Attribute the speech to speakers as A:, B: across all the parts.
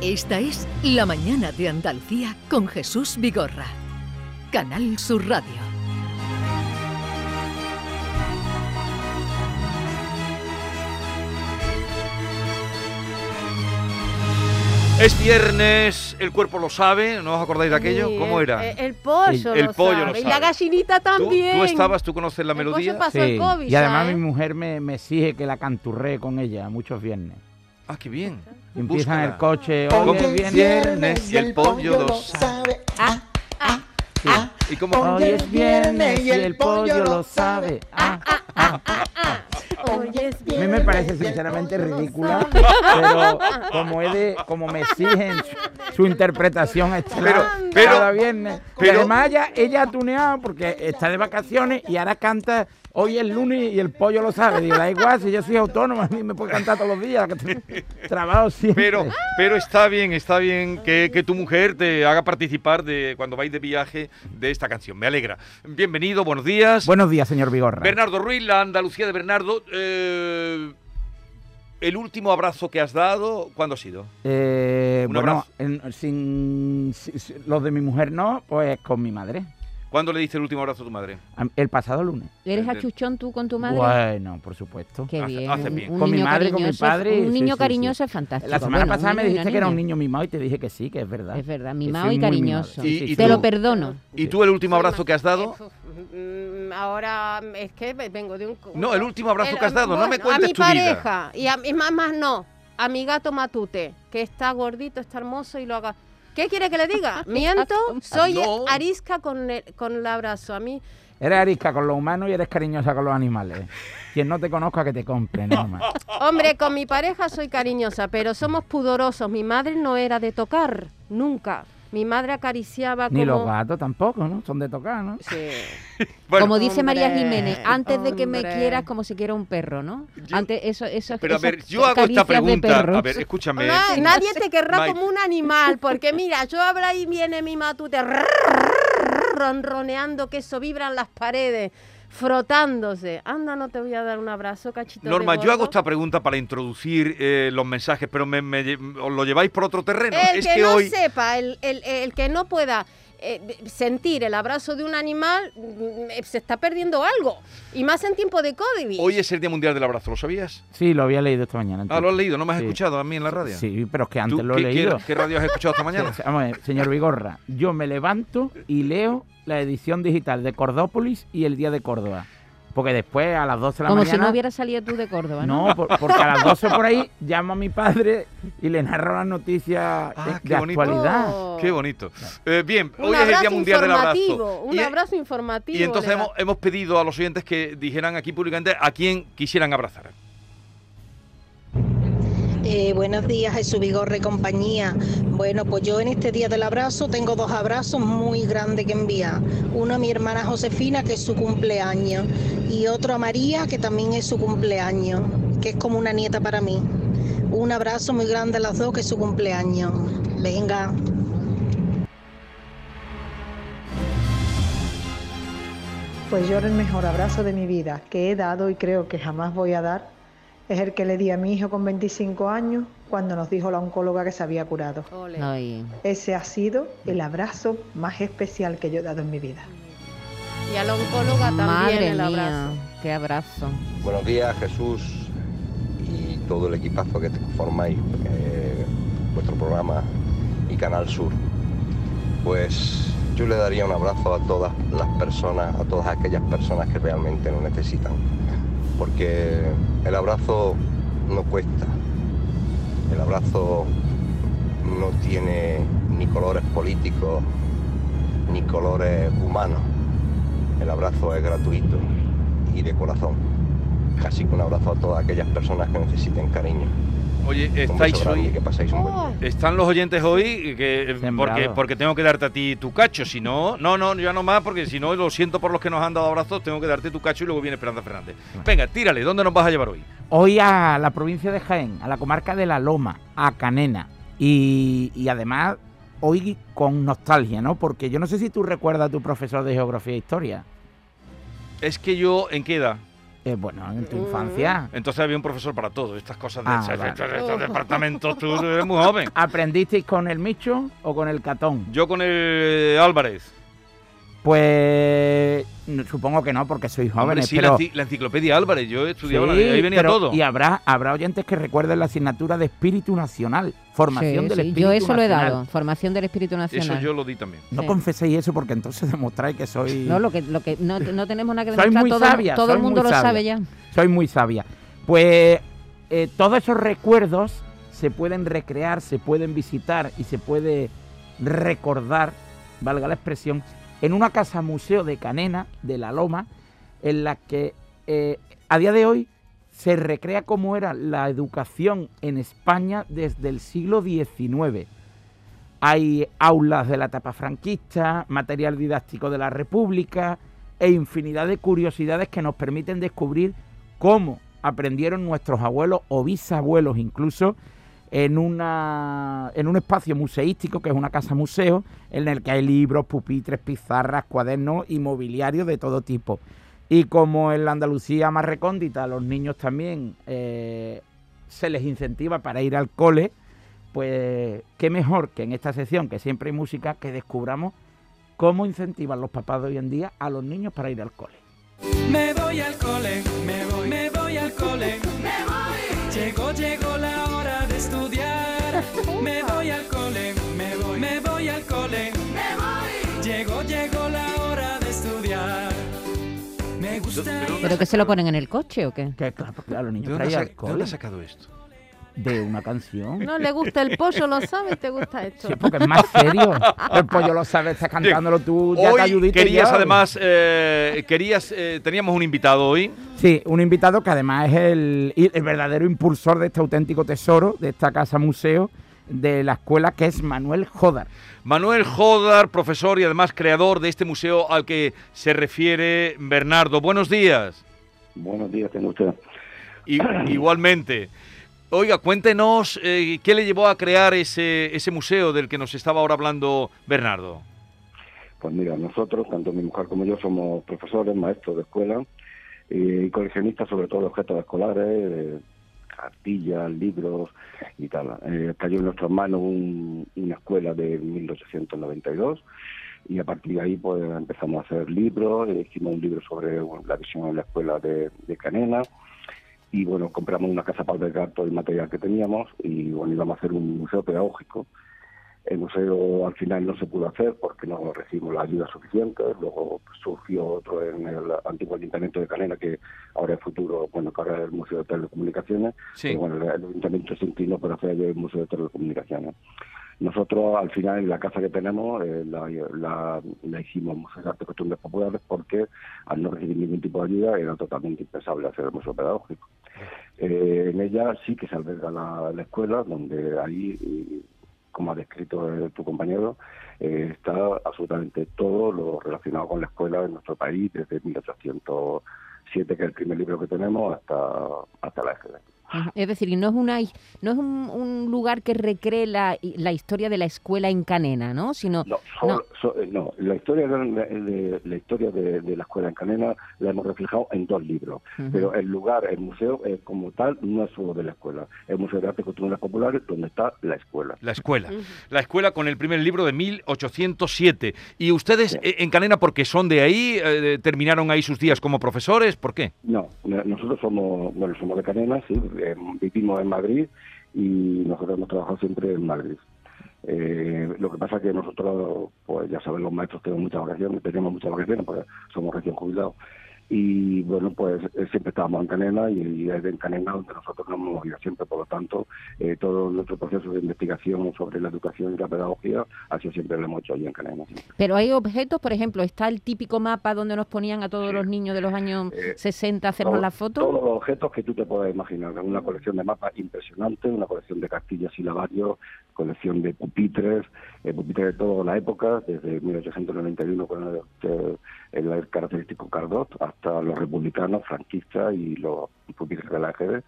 A: Esta es La Mañana de Andalucía con Jesús Vigorra. Canal Sur Radio.
B: Es viernes, el cuerpo lo sabe, ¿no os acordáis de aquello?
C: Sí,
B: ¿Cómo
C: el- eh,
B: era?
C: El, el pollo.
B: El
C: lo
B: pollo
C: sabe.
B: lo
C: Y la
B: sabe.
C: gallinita
B: ¿Tú,
C: también.
B: tú estabas, tú conoces la
C: El pollo
B: melodía.
C: pasó el COVID, ¿eh?
D: Y además
C: ¿sabes?
D: mi mujer me, me exige que la canturré con ella muchos viernes.
B: Ah, qué bien.
D: Y empiezan
B: Búscala.
D: el coche,
B: ¿Cómo?
D: hoy
B: Porque
D: es
B: es
D: viernes,
B: viernes y el pollo lo sabe.
C: Ah, ah, ah.
B: ¿Y cómo?
D: hoy es viernes y el pollo lo sabe. Ah,
C: Oye, es
D: a mí
C: bien.
D: me parece sinceramente ridícula, pero como es de, como me exigen su, su interpretación estelar
B: Pero- pero-
D: cada viernes. Y
B: pero-
D: además ella, ella ha tuneado porque está de vacaciones y ahora canta hoy es lunes y el pollo lo sabe. Digo, da igual, si yo soy autónoma, a mí me puede cantar todos los días, que trabajo siempre.
B: Pero, pero está bien, está bien que, que tu mujer te haga participar de cuando vais de viaje de esta canción. Me alegra. Bienvenido, buenos días.
D: Buenos días, señor Vigorra.
B: Bernardo Ruiz, la Andalucía de Bernardo. eh, el último abrazo que has dado, ¿cuándo ha sido?
D: Eh,
B: Un
D: bueno,
B: abrazo.
D: en- sin, si- si- los de mi mujer no, pues con mi madre.
B: ¿Cuándo le diste el último abrazo a tu madre?
D: Am- El pasado lunes.
E: ¿Eres
B: Entiendo.
E: achuchón tú con tu madre?
D: Bueno, por supuesto.
E: Qué
B: Hace-
E: bien.
B: hace
E: un-
B: bien.
E: un
D: Con mi
E: niño
D: madre, con mi
E: cariñoso-
D: padre,
E: Un
D: sí,
E: niño
D: sí,
E: cariñoso es fantástico.
D: La semana
E: Bueno,
D: pasada
E: un
D: me
E: niño y una
D: dijiste que era un
E: niña.
D: niño mimado y te dije que sí, que es verdad.
E: Es verdad,
D: Que
E: mimado
D: soy
E: y
D: muy mimado.
E: cariñoso.
D: Sí,
B: Y-
D: sí,
B: y
D: sí.
E: Te
B: tú-
E: lo perdono.
B: ¿Y tú el último abrazo que has
C: eh,
B: dado?
C: Mm, Ahora mm, es que vengo de un. co-
B: No, el último abrazo
C: El-
B: que has dado, no
C: bueno,
B: me cuentes
C: A mi
B: tu vida.
C: pareja. Y a mi más, más no. A mi gato Matute, que está gordito, está hermoso y lo haga. ¿Qué quiere que le diga? Miento, soy
B: No.
C: arisca con el, con el abrazo. A mí.
D: Eres arisca con los humanos y eres cariñosa con los animales. Quien no te conozca, que te compre, nada
E: Ah,
D: más.
C: Hombre, con mi pareja soy cariñosa, pero somos pudorosos. Mi madre no era de tocar, nunca. Mi madre acariciaba
D: Ni los
C: como...
D: gatos tampoco, ¿no? Son de tocar, ¿no?
C: Sí.
B: Bueno,
E: como dice María
C: Hombre,
E: Jiménez, antes de que me
C: hombre.
E: quieras como se quiera un perro, ¿no?
B: Yo-
E: antes eso, eso,
B: pero a
E: esas
B: ver, yo hago esta
E: caricias de
B: pregunta. A
E: perros.
B: ver, escúchame.
C: Na- nadie te querrá
B: Mike.
C: como un animal, porque mira, yo ahora ahí viene mi matute ronroneando, que eso vibran las paredes, frotándose. Anda, no te voy a dar un abrazo, cachito.
B: Norma,
C: de
B: yo hago
C: gordo.
B: esta pregunta para introducir eh, los mensajes, pero me, me lle- os lo lleváis por otro terreno.
C: El
B: es
C: que,
B: que,
C: no
B: hoy.
C: sepa, el, el- el que no pueda eh, de- sentir el abrazo de un animal, mm, eh, se está perdiendo algo. Y más en tiempo de COVID.
B: Hoy es el Día Mundial del Abrazo, ¿lo sabías?
D: Sí, lo había leído esta mañana.
B: Ah, lo has leído, ¿no me has
D: Sí.
B: escuchado a mí en la radio?
D: Sí, pero es que
B: ¿Tú
D: antes lo he
B: qué- qué-
D: leído.
B: ¿Qué, radio has escuchado esta mañana?
D: Se- Vamos a ver, señor Vigorra, yo me levanto y leo la edición digital de Cordópolis y el Día de Córdoba. Porque después a las 12 de la
E: Como
D: mañana.
E: si no hubieras salido tú de Córdoba, ¿no?
D: No, por- porque a las 12 por ahí llamo a mi padre y le narro las noticias
B: Ah,
D: eh,
B: qué
D: de
B: bonito.
D: actualidad.
C: Oh.
B: Qué bonito. Eh, bien,
C: Un
B: hoy es el
C: abrazo
B: Día Mundial del
C: informativo,
B: Abrazo.
C: Un
B: y,
C: abrazo informativo.
B: y entonces
C: le
B: hemos,
C: da.
B: hemos pedido a los oyentes que dijeran aquí públicamente a quién quisieran abrazar.
F: Eh, buenos días, Jesús Vigorre compañía. Bueno, pues yo en este día del abrazo tengo dos abrazos muy grandes que enviar. Uno a mi hermana Josefina, que es su cumpleaños, y otro a María, que también es su cumpleaños, que es como una nieta para mí. Un abrazo muy grande a las dos, que es su cumpleaños. Venga.
G: Pues yo el mejor abrazo de mi vida que he dado y creo que jamás voy a dar es el que le di a mi hijo con 25 años cuando nos dijo la oncóloga que se había curado.
C: Ole.
E: Ay,
G: Ese ha sido el abrazo más especial que yo he dado en mi vida.
C: Y a la oncóloga también
E: madre
C: el
E: mía,
C: abrazo.
E: qué abrazo.
H: Buenos días, Jesús y todo el equipazo que te conformáis, eh, vuestro programa y Canal Sur. Pues yo le daría un abrazo a todas las personas, a todas aquellas personas que realmente lo necesitan. Porque el abrazo no cuesta. El abrazo no tiene ni colores políticos ni colores humanos. El abrazo es gratuito y de corazón. Así que un abrazo a todas aquellas personas que necesiten cariño.
B: Oye,
H: Un beso
B: estáis
H: grande
B: hoy.
H: y que paséis un buen
C: Oh,
H: día.
B: Están los oyentes hoy que eh, porque,
D: Sembrado.
B: porque tengo que darte a ti tu cacho, si no, no, no, ya no más, porque si no, lo siento por los que nos han dado abrazos, tengo que darte tu cacho y luego viene Esperanza Fernández. Venga, tírale, ¿dónde nos vas a llevar hoy?
D: Hoy a la provincia de Jaén, a la comarca de La Loma, a Canena. Y, y además, hoy con nostalgia, ¿no? Porque yo no sé si tú recuerdas a tu profesor de Geografía e Historia.
B: Es que yo, ¿en qué edad?
D: Eh, bueno, en tu infancia.
B: Entonces había un profesor para todo, estas cosas de
D: Ah,
B: estos-
D: vale.
B: estos- estos departamentos, tú eres muy joven.
D: ¿Aprendisteis con el Micho o con el Catón?
B: Yo con el Álvarez.
D: Pues no, supongo que no, porque sois
B: Hombre,
D: jóvenes.
B: sí,
D: pero,
B: la, enci- la enciclopedia Álvarez, yo estudiaba,
D: Sí,
B: la- ahí venía
D: pero-
B: todo.
D: Y habrá, habrá oyentes que recuerden la asignatura de espíritu nacional, formación
E: Sí,
D: del
E: sí,
D: espíritu
E: Yo eso lo he
D: nacional.
E: dado, formación del espíritu nacional.
B: Eso yo lo di también.
D: No
E: Sí.
D: confeséis eso porque entonces demostráis que soy,
E: No, lo que, lo que no, no tenemos nada que
D: Soy
E: demostrar.
D: muy
E: todo
D: sabia,
E: todo
D: soy
E: el mundo
D: muy
E: lo
D: sabia.
E: sabe ya.
D: soy muy sabia. Pues eh, todos esos recuerdos se pueden recrear, se pueden visitar y se puede recordar, valga la expresión, en una casa museo de Canena, de La Loma, en la que eh, a día de hoy se recrea cómo era la educación en España desde el siglo XIX. Hay aulas de la etapa franquista, material didáctico de la República e infinidad de curiosidades que nos permiten descubrir cómo aprendieron nuestros abuelos o bisabuelos incluso en, una, en un espacio museístico que es una casa museo en el que hay libros, pupitres, pizarras, cuadernos y mobiliario de todo tipo. Y como en la Andalucía más recóndita los niños también eh, se les incentiva para ir al cole, pues qué mejor que en esta sección, que siempre hay música, que descubramos cómo incentivan los papás de hoy en día a los niños para ir al cole.
I: Me voy al cole, me voy, me voy al cole, me voy. Llegó, llegó la hora de estudiar. Me voy al cole, me voy, me voy al cole, me voy. Llegó, llegó la hora de estudiar. Me gusta ir
E: ¿Pero que se lo ponen en el coche o qué?
D: Que claro, porque a
B: ¿De
D: los niños para
B: dónde,
D: ir
B: sa-
D: al
B: de dónde
D: cole.
B: has sacado esto?
D: De una canción.
C: No le gusta el pollo, lo sabes, te gusta esto.
D: Sí, porque es más serio. El pollo lo sabe, estás cantándolo tú, ya te
B: Hoy
D: ayudiste
B: querías
D: ya.
B: además, eh, querías, eh, teníamos un invitado hoy.
D: Sí, un invitado que además es el, el verdadero impulsor de este auténtico tesoro, de esta casa museo, de la escuela, que es Manuel Jodar.
B: Manuel Jodar, profesor y además creador de este museo al que se refiere Bernardo. Buenos días.
H: Buenos días, tengo usted.
B: I- igualmente. Oiga, cuéntenos eh, qué le llevó a crear ese, ese museo del que nos estaba ahora hablando Bernardo.
H: Pues mira, nosotros, tanto mi mujer como yo, somos profesores, maestros de escuela eh, y coleccionistas sobre todo de objetos escolares, eh, cartillas, libros y tal. Eh, cayó en nuestras manos un- una escuela de 1892 y a partir de ahí pues empezamos a hacer libros, eh, hicimos un libro sobre bueno, la visión en la escuela de, de Canena y bueno, compramos una casa para albergar todo el material que teníamos y bueno, íbamos a hacer un museo pedagógico El museo al final no se pudo hacer porque no recibimos la ayuda suficiente. Luego pues, surgió otro en el antiguo ayuntamiento de Canena, que ahora es futuro, bueno, que ahora es el Museo de Telecomunicaciones.
B: Sí.
H: Pero bueno, el el ayuntamiento se inclinó para hacer el Museo de Telecomunicaciones. Nosotros, al final, en la casa que tenemos, eh, la, la- la hicimos Museo de Arte y Costumbres Populares porque, al no recibir ningún tipo de ayuda, era totalmente impensable hacer el museo pedagógico. Eh, en ella sí que se alberga la, la escuela, donde ahí, eh, como ha descrito eh, tu compañero, eh, está absolutamente todo lo relacionado con la escuela en nuestro país, desde 1807, que es el primer libro que tenemos, hasta, hasta la escuela.
E: Ajá. Es decir, no es una his- no es un, un lugar que recree la, la historia de la escuela en Canena, ¿no? Sino
H: No, solo- so- eh, no, la historia, de, de- la historia de, de la escuela en Canena la hemos reflejado en dos libros,
E: Ujú.
H: pero el lugar, el museo eh, como tal, no es solo de la escuela, el Museo de Arte y Costumbres Populares, donde está la escuela.
B: La escuela. La escuela con el primer libro de 1807. ¿Y ustedes eh, en Canena porque son de ahí? eh, ¿Terminaron ahí sus días como profesores? ¿Por qué?
H: No, no- nosotros somos, bueno, somos de Canena, sí, eh, vivimos en Madrid y nosotros hemos trabajado siempre en Madrid. Eh, lo que pasa es que nosotros, pues ya saben, los maestros tenemos muchas vacaciones, tenemos muchas vacaciones porque somos recién jubilados. Y bueno, pues eh, siempre estábamos en Canena y, y es en Canena donde nosotros nos hemos movido siempre. Por lo tanto, eh, todo nuestro proceso de investigación sobre la educación y la pedagogía, así siempre lo hemos hecho allí en Canena. sí.
E: Pero hay objetos, por ejemplo, está el típico mapa donde nos ponían a todos
H: Sí.
E: los niños de los años
H: Eh,
E: 60 a hacernos
H: Todo-
E: la foto.
H: Todos los objetos que tú te puedas imaginar. Una colección de mapas impresionante, una colección de cartillas y lavarios, colección de pupitres, eh, pupitres de todas las épocas, desde 1891 con el, eh, el característico Cardot hasta los republicanos, franquistas y los pupitres de la EGB.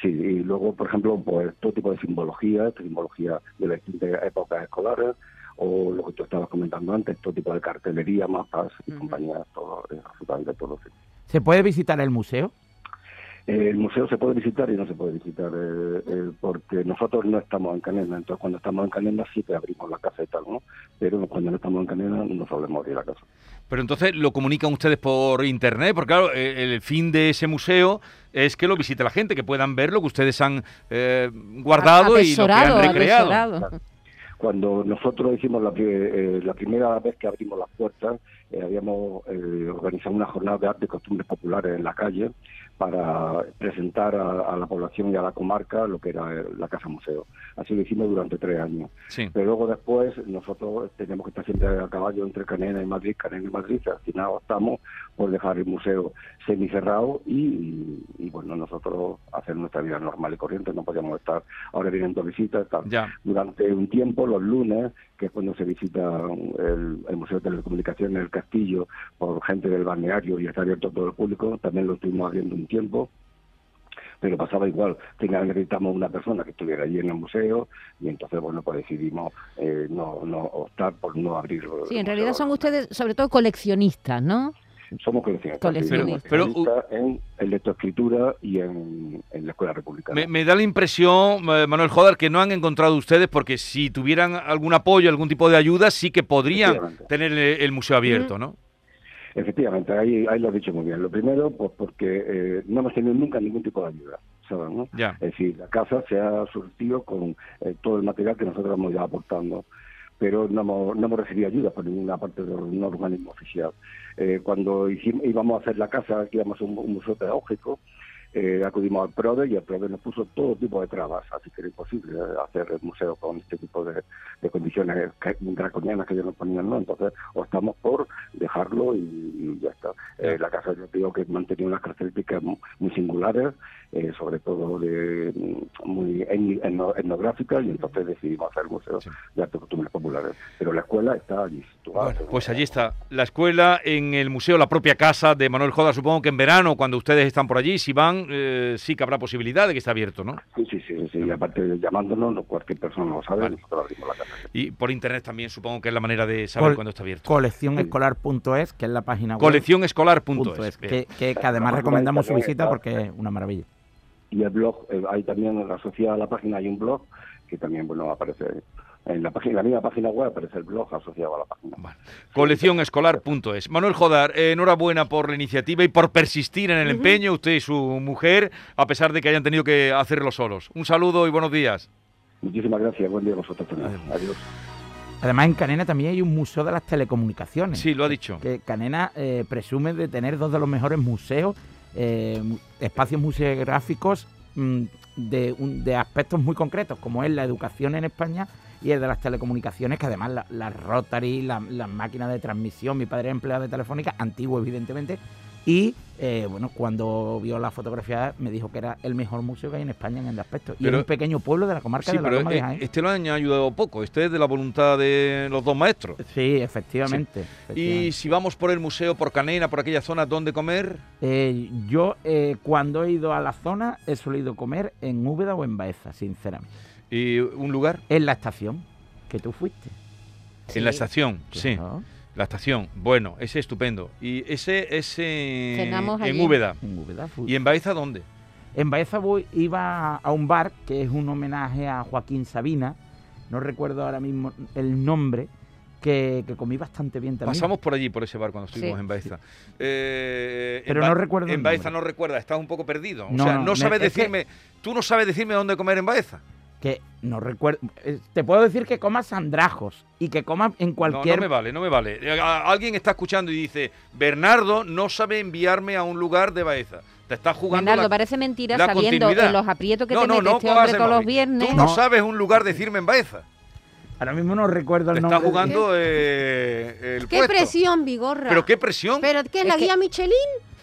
H: Sí, y luego, por ejemplo, pues todo tipo de simbología, simbología de las distintas épocas escolares, o lo que tú estabas comentando antes, todo tipo de cartelería, mapas y
E: Ujú.
H: compañías, todo, eh, absolutamente todo. sí.
D: ¿Se puede visitar el museo?
J: Eh, el museo se puede visitar y no se puede visitar, eh, eh, porque nosotros no estamos en Canela, entonces cuando estamos en Canela sí que abrimos la casa y tal, ¿no? Pero cuando no estamos en Canela no solemos abrir la casa.
B: Pero entonces lo comunican ustedes por internet, porque claro, eh, el fin de ese museo es que lo visite la gente, que puedan ver lo que ustedes han eh, guardado y lo que han
E: Atesorado,
B: recreado.
E: atesorado.
J: Cuando nosotros hicimos la, pri- eh, la primera vez que abrimos las puertas, eh, habíamos eh, organizado una jornada de arte y costumbres populares en la calle para presentar a, a la población y a la comarca lo que era eh, la Casa Museo. Así lo hicimos durante tres años.
B: Sí.
J: Pero luego después nosotros tenemos que estar siempre a caballo entre Canena y Madrid, Canena y Madrid, y al final optamos por dejar el museo semicerrado y, y bueno, nosotros hacer nuestra vida normal y corriente, no podíamos estar, ahora vienen dos visitas, tal.
B: Ya.
J: durante un tiempo, los lunes, que es cuando se visita el, el Museo de Telecomunicaciones, el castillo, por gente del balneario y está abierto a todo el público, también lo estuvimos abriendo un tiempo, pero pasaba igual, teníamos, necesitamos una persona que estuviera allí en el museo y entonces, bueno, pues decidimos eh, no, no optar por no abrir.
E: Sí,
J: el
E: en realidad
J: museo.
E: son ustedes sobre todo coleccionistas, ¿no?
J: Somos coleccionistas.
E: Coleccionistas.
J: sí,
B: Pero-
J: coleccionistas en, en lectoescritura y en, en la Escuela Republicana.
B: Me, me da la impresión, eh, Manuel Jodar, que no han encontrado ustedes, porque si tuvieran algún apoyo, algún tipo de ayuda, sí que podrían
J: Efectivamente.
B: tener el, el museo abierto, ¿no?
J: Efectivamente, ahí, ahí lo has dicho muy bien. Lo primero, pues porque eh, no hemos tenido nunca ningún tipo de ayuda, ¿sabes? no?
B: Ya.
J: Es decir, la casa se ha surtido con eh, todo el material que nosotros hemos ido aportando, pero no hemos, no hemos recibido ayuda por ninguna parte de un organismo oficial. Eh, cuando hicim- íbamos a hacer la casa, que íbamos a un, un museo pedagógico, eh, acudimos al PRODE y el PRODE nos puso todo tipo de trabas, así que era imposible eh, hacer el museo con este tipo de, de condiciones ca- draconianas que ellos nos ponían, ¿no? Entonces optamos por dejarlo y, y ya está. Eh, la casa, yo digo que mantenía unas características mu- muy singulares, eh, sobre todo de, mm, muy etni- etno- etnográficas, y entonces decidimos hacer museo
B: Sí.
J: de arte y costumbres populares. Pero la escuela está allí situada.
B: Bueno, pues allí está la escuela, en el museo, la propia casa de Manuel Jodar. Supongo que en verano, cuando ustedes están por allí, si van, eh, sí que habrá posibilidad de que esté abierto, ¿no?
J: Sí, sí, sí, sí. Y aparte de llamándonos, no cualquier persona lo sabe,
B: Vale.
J: nosotros abrimos la casa.
B: Y por internet también, supongo que es la manera de saber
D: Col-
B: cuándo está abierto.
D: Coleccionescolar.es, que es la página web. punto
B: Coleccionescolar.es.
D: es,
B: Bien.
D: que, que- que además recomendamos su visita porque es una maravilla.
J: Y el blog, eh, hay también asociado a la página, hay un blog que también, bueno, aparece en la página, en la misma página web aparece el blog asociado a la página.
B: Vale. Coleccionescolar.es. Manuel Jodar, eh, enhorabuena por la iniciativa y por persistir en el empeño, usted y su mujer, a pesar de que hayan tenido que hacerlo solos. Un saludo y buenos días.
J: Muchísimas gracias, buen día a vosotros también. Adiós.
D: Además, en Canena también hay un museo de las telecomunicaciones.
B: Sí, lo ha dicho.
D: Que Canena eh, presume de tener dos de los mejores museos, eh, mu- espacios museográficos mm, de, un- de aspectos muy concretos, como es la educación en España y el de las telecomunicaciones, que además la- las Rotary, la- las máquinas de transmisión, mi padre era empleado de Telefónica, antiguo evidentemente, y eh, bueno, cuando vio la fotografía me dijo que era el mejor museo que hay en España en el aspecto. Y
B: Pero-
D: es un pequeño pueblo de la comarca
B: Sí,
D: de la
B: pero
D: Roma
B: eh,
D: de Jaén.
B: este lo han ayudado poco. Este es de la voluntad de los dos maestros.
D: Sí, efectivamente. efectivamente.
B: Y si vamos por el museo, por Canena, por aquella zona, ¿dónde comer?
D: Eh, yo eh, cuando he ido a la zona he solido comer en Úbeda o en Baeza, sinceramente.
B: ¿Y un lugar?
D: En la estación que tú fuiste.
B: En la estación, sí.
D: Claro.
B: La estación. Bueno, ese estupendo. Y ese es en,
E: Cenamos
B: en
E: allí.
B: Úbeda.
D: En Úbeda fui.
B: ¿Y en Baeza dónde?
D: En Baeza voy- iba a un bar que es un homenaje a Joaquín Sabina, no recuerdo ahora mismo el nombre, que, que comí bastante bien también.
B: Pasamos por allí, por ese bar, cuando estuvimos
E: Sí.
B: en Baeza. Eh, en
D: Pero
B: Ba-
D: no recuerdo
B: En
D: el
B: Baeza no
D: nombre.
B: recuerda, estás un poco perdido. O
D: No,
B: sea,
D: no,
B: no,
D: me-
B: sabes
D: es que-
B: decirme. Tú no sabes decirme dónde comer en Baeza.
D: Que no recuerdo. eh, Te puedo decir que comas sandrajos y que comas en
B: No, No,
D: cualquier.
B: me vale, no me vale. Eh, a- Alguien está escuchando y dice: Bernardo no sabe enviarme a un lugar de Baeza. Te estás jugando.
E: Bernardo,
B: la-
E: parece mentira
B: la
E: sabiendo
B: continuidad.
E: en los aprietos que
B: no,
E: te
B: no,
E: mete
B: no,
E: este
B: cojas
E: hombre
B: el
E: todos los
B: móvil.
E: viernes.
B: Tú no,
D: No.
B: sabes un lugar decirme en Baeza.
D: Ahora mismo no recuerdo el
B: Te
D: nombre.
B: está
D: de-
B: jugando eh, el
C: ¡Qué
B: puesto.
C: presión, Vigorra!
B: Pero qué presión. Pero,
C: ¿Pero qué es la
E: Es que-
C: guía Michelin?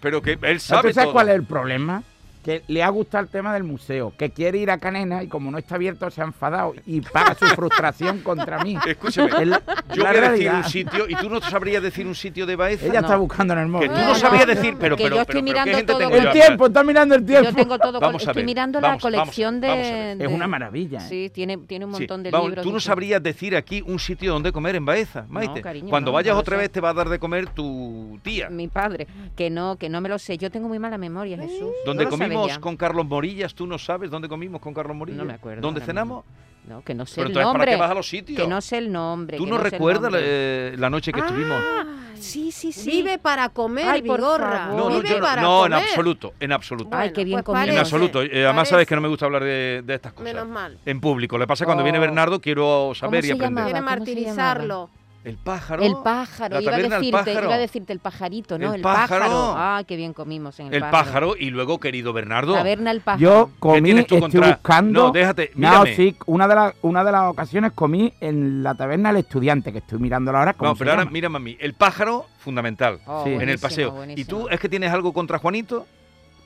B: que él
D: ¿No
B: sabe
D: ¿Tú sabes
B: todo.
D: cuál es el problema? que le ha gustado el tema del museo, que quiere ir a Canena y como no está abierto se ha enfadado y paga su frustración contra mí.
B: Escúchame,
D: Es la-
B: yo voy
D: la
B: a decir
D: realidad.
B: un sitio y tú no sabrías decir un sitio de Baeza.
D: Ella está buscando en el
B: Que
D: móvil.
B: tú no sabrías decir, pero,
E: que
B: pero, pero,
E: yo estoy
B: pero ¿qué
E: mirando
B: gente
E: todo
B: tengo
E: el
B: yo
D: El
B: acá?
D: tiempo, está mirando el tiempo.
E: Yo tengo todo.
B: Vamos a
E: estoy
B: ver,
E: mirando la
B: vamos, vamos,
E: colección de,
B: vamos a ver.
E: de-
D: Es una maravilla. ¿eh?
E: Sí, tiene, tiene un
B: Sí,
E: montón de
B: vamos,
E: libros.
B: tú no
E: dice.
B: sabrías decir aquí un sitio donde comer en Baeza, Maite.
E: cariño,
B: Cuando
E: no,
B: vayas
E: no lo
B: otra
E: sé.
B: vez te va a dar de comer tu tía.
E: Mi padre, que no, que no me lo sé. Yo tengo muy mala memoria, Jesús.
B: Donde
E: No lo
B: comimos
E: sabería.
B: con Carlos Morillas, tú no sabes dónde comimos con Carlos Morillas.
E: No me acuerdo
B: ¿Dónde
E: ahora
B: cenamos?
E: No, que no sé
B: Pero
E: el
B: entonces, ¿para
E: nombre.
B: qué vas a los sitios?
E: Que no sé el nombre.
B: ¿Tú
E: que
B: no,
E: sé el
B: recuerdas la,
E: nombre.
B: eh, la noche que estuvimos?
E: Ah, sí, sí, sí.
C: Vive para comer,
E: Ay, por
C: Vigorra.
E: favor.
B: No, no,
C: Vive
B: yo no,
C: para
B: no, en
C: comer.
B: absoluto, en absoluto.
E: Ay, qué bien
C: pues
E: comido.
B: en
C: parece,
B: absoluto. Eh, además
C: parece.
B: sabes que no me gusta hablar de, de estas cosas.
C: Menos mal.
B: En público. Lo que pasa es que cuando viene
E: Oh.
B: Bernardo quiero saber y
E: se
B: aprender.
E: llamaba?
C: Quiere
E: ¿Cómo se
C: martirizarlo.
B: El pájaro.
E: El pájaro,
B: La
E: iba a,
B: taberna del
E: decirte,
B: pájaro.
E: iba a decirte el pajarito, ¿no?
B: El
E: El, pájaro.
B: pájaro.
E: Ah, qué bien comimos en el,
B: El pájaro y luego, querido Bernardo.
E: Taberna el pájaro.
D: Yo comí,
B: tienes tú
D: estoy
B: contra-
D: buscando.
B: No, déjate,
D: No,
B: mírame.
D: sí, una de, las una de las ocasiones comí en la taberna El Estudiante, que estoy mirando ahora. ¿cómo
B: No,
D: se
B: pero ahora
D: llama?
B: mírame a mí. El pájaro, fundamental.
E: Oh,
D: Sí.
B: En el
E: buenísimo,
B: paseo. ¿Y
E: buenísimo.
B: tú es que tienes algo contra Juanito?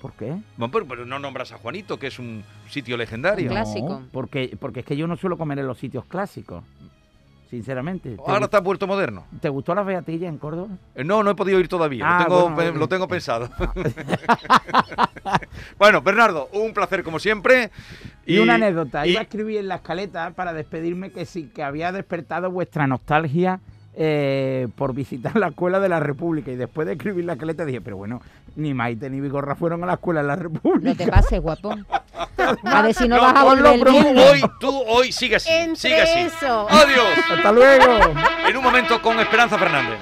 D: ¿Por qué?
B: Bueno, pero, pero no nombras a Juanito, que es un sitio
E: Un
B: legendario.
E: clásico.
D: porque, porque es que yo no suelo comer en los sitios clásicos, sinceramente. ¿Te,
B: Ahora está Puerto Moderno.
D: gust- te gustó las Beatillas en Córdoba?
B: Eh, No, no he podido ir todavía.
D: Ah,
B: lo, tengo,
D: bueno,
B: pe-
D: bueno.
B: lo tengo pensado. bueno, Bernardo, un placer como siempre.
D: Y, una anécdota.
B: y-
D: Iba a escribir en la escaleta para despedirme que sí, que había despertado vuestra nostalgia eh, por visitar la escuela de la República. Y después de escribir la escaleta dije, pero bueno, ni Maite ni Vigorra fueron a la escuela de la República.
E: No te pases, guapo. A ver si no,
B: No,
E: vas a
B: ponlo,
E: volver el
B: pero tú
E: viernes.
B: hoy, tú hoy sigue así.
C: Entre
B: sigue así.
C: eso.
B: Adiós.
D: Hasta luego.
B: En un momento con Esperanza Fernández.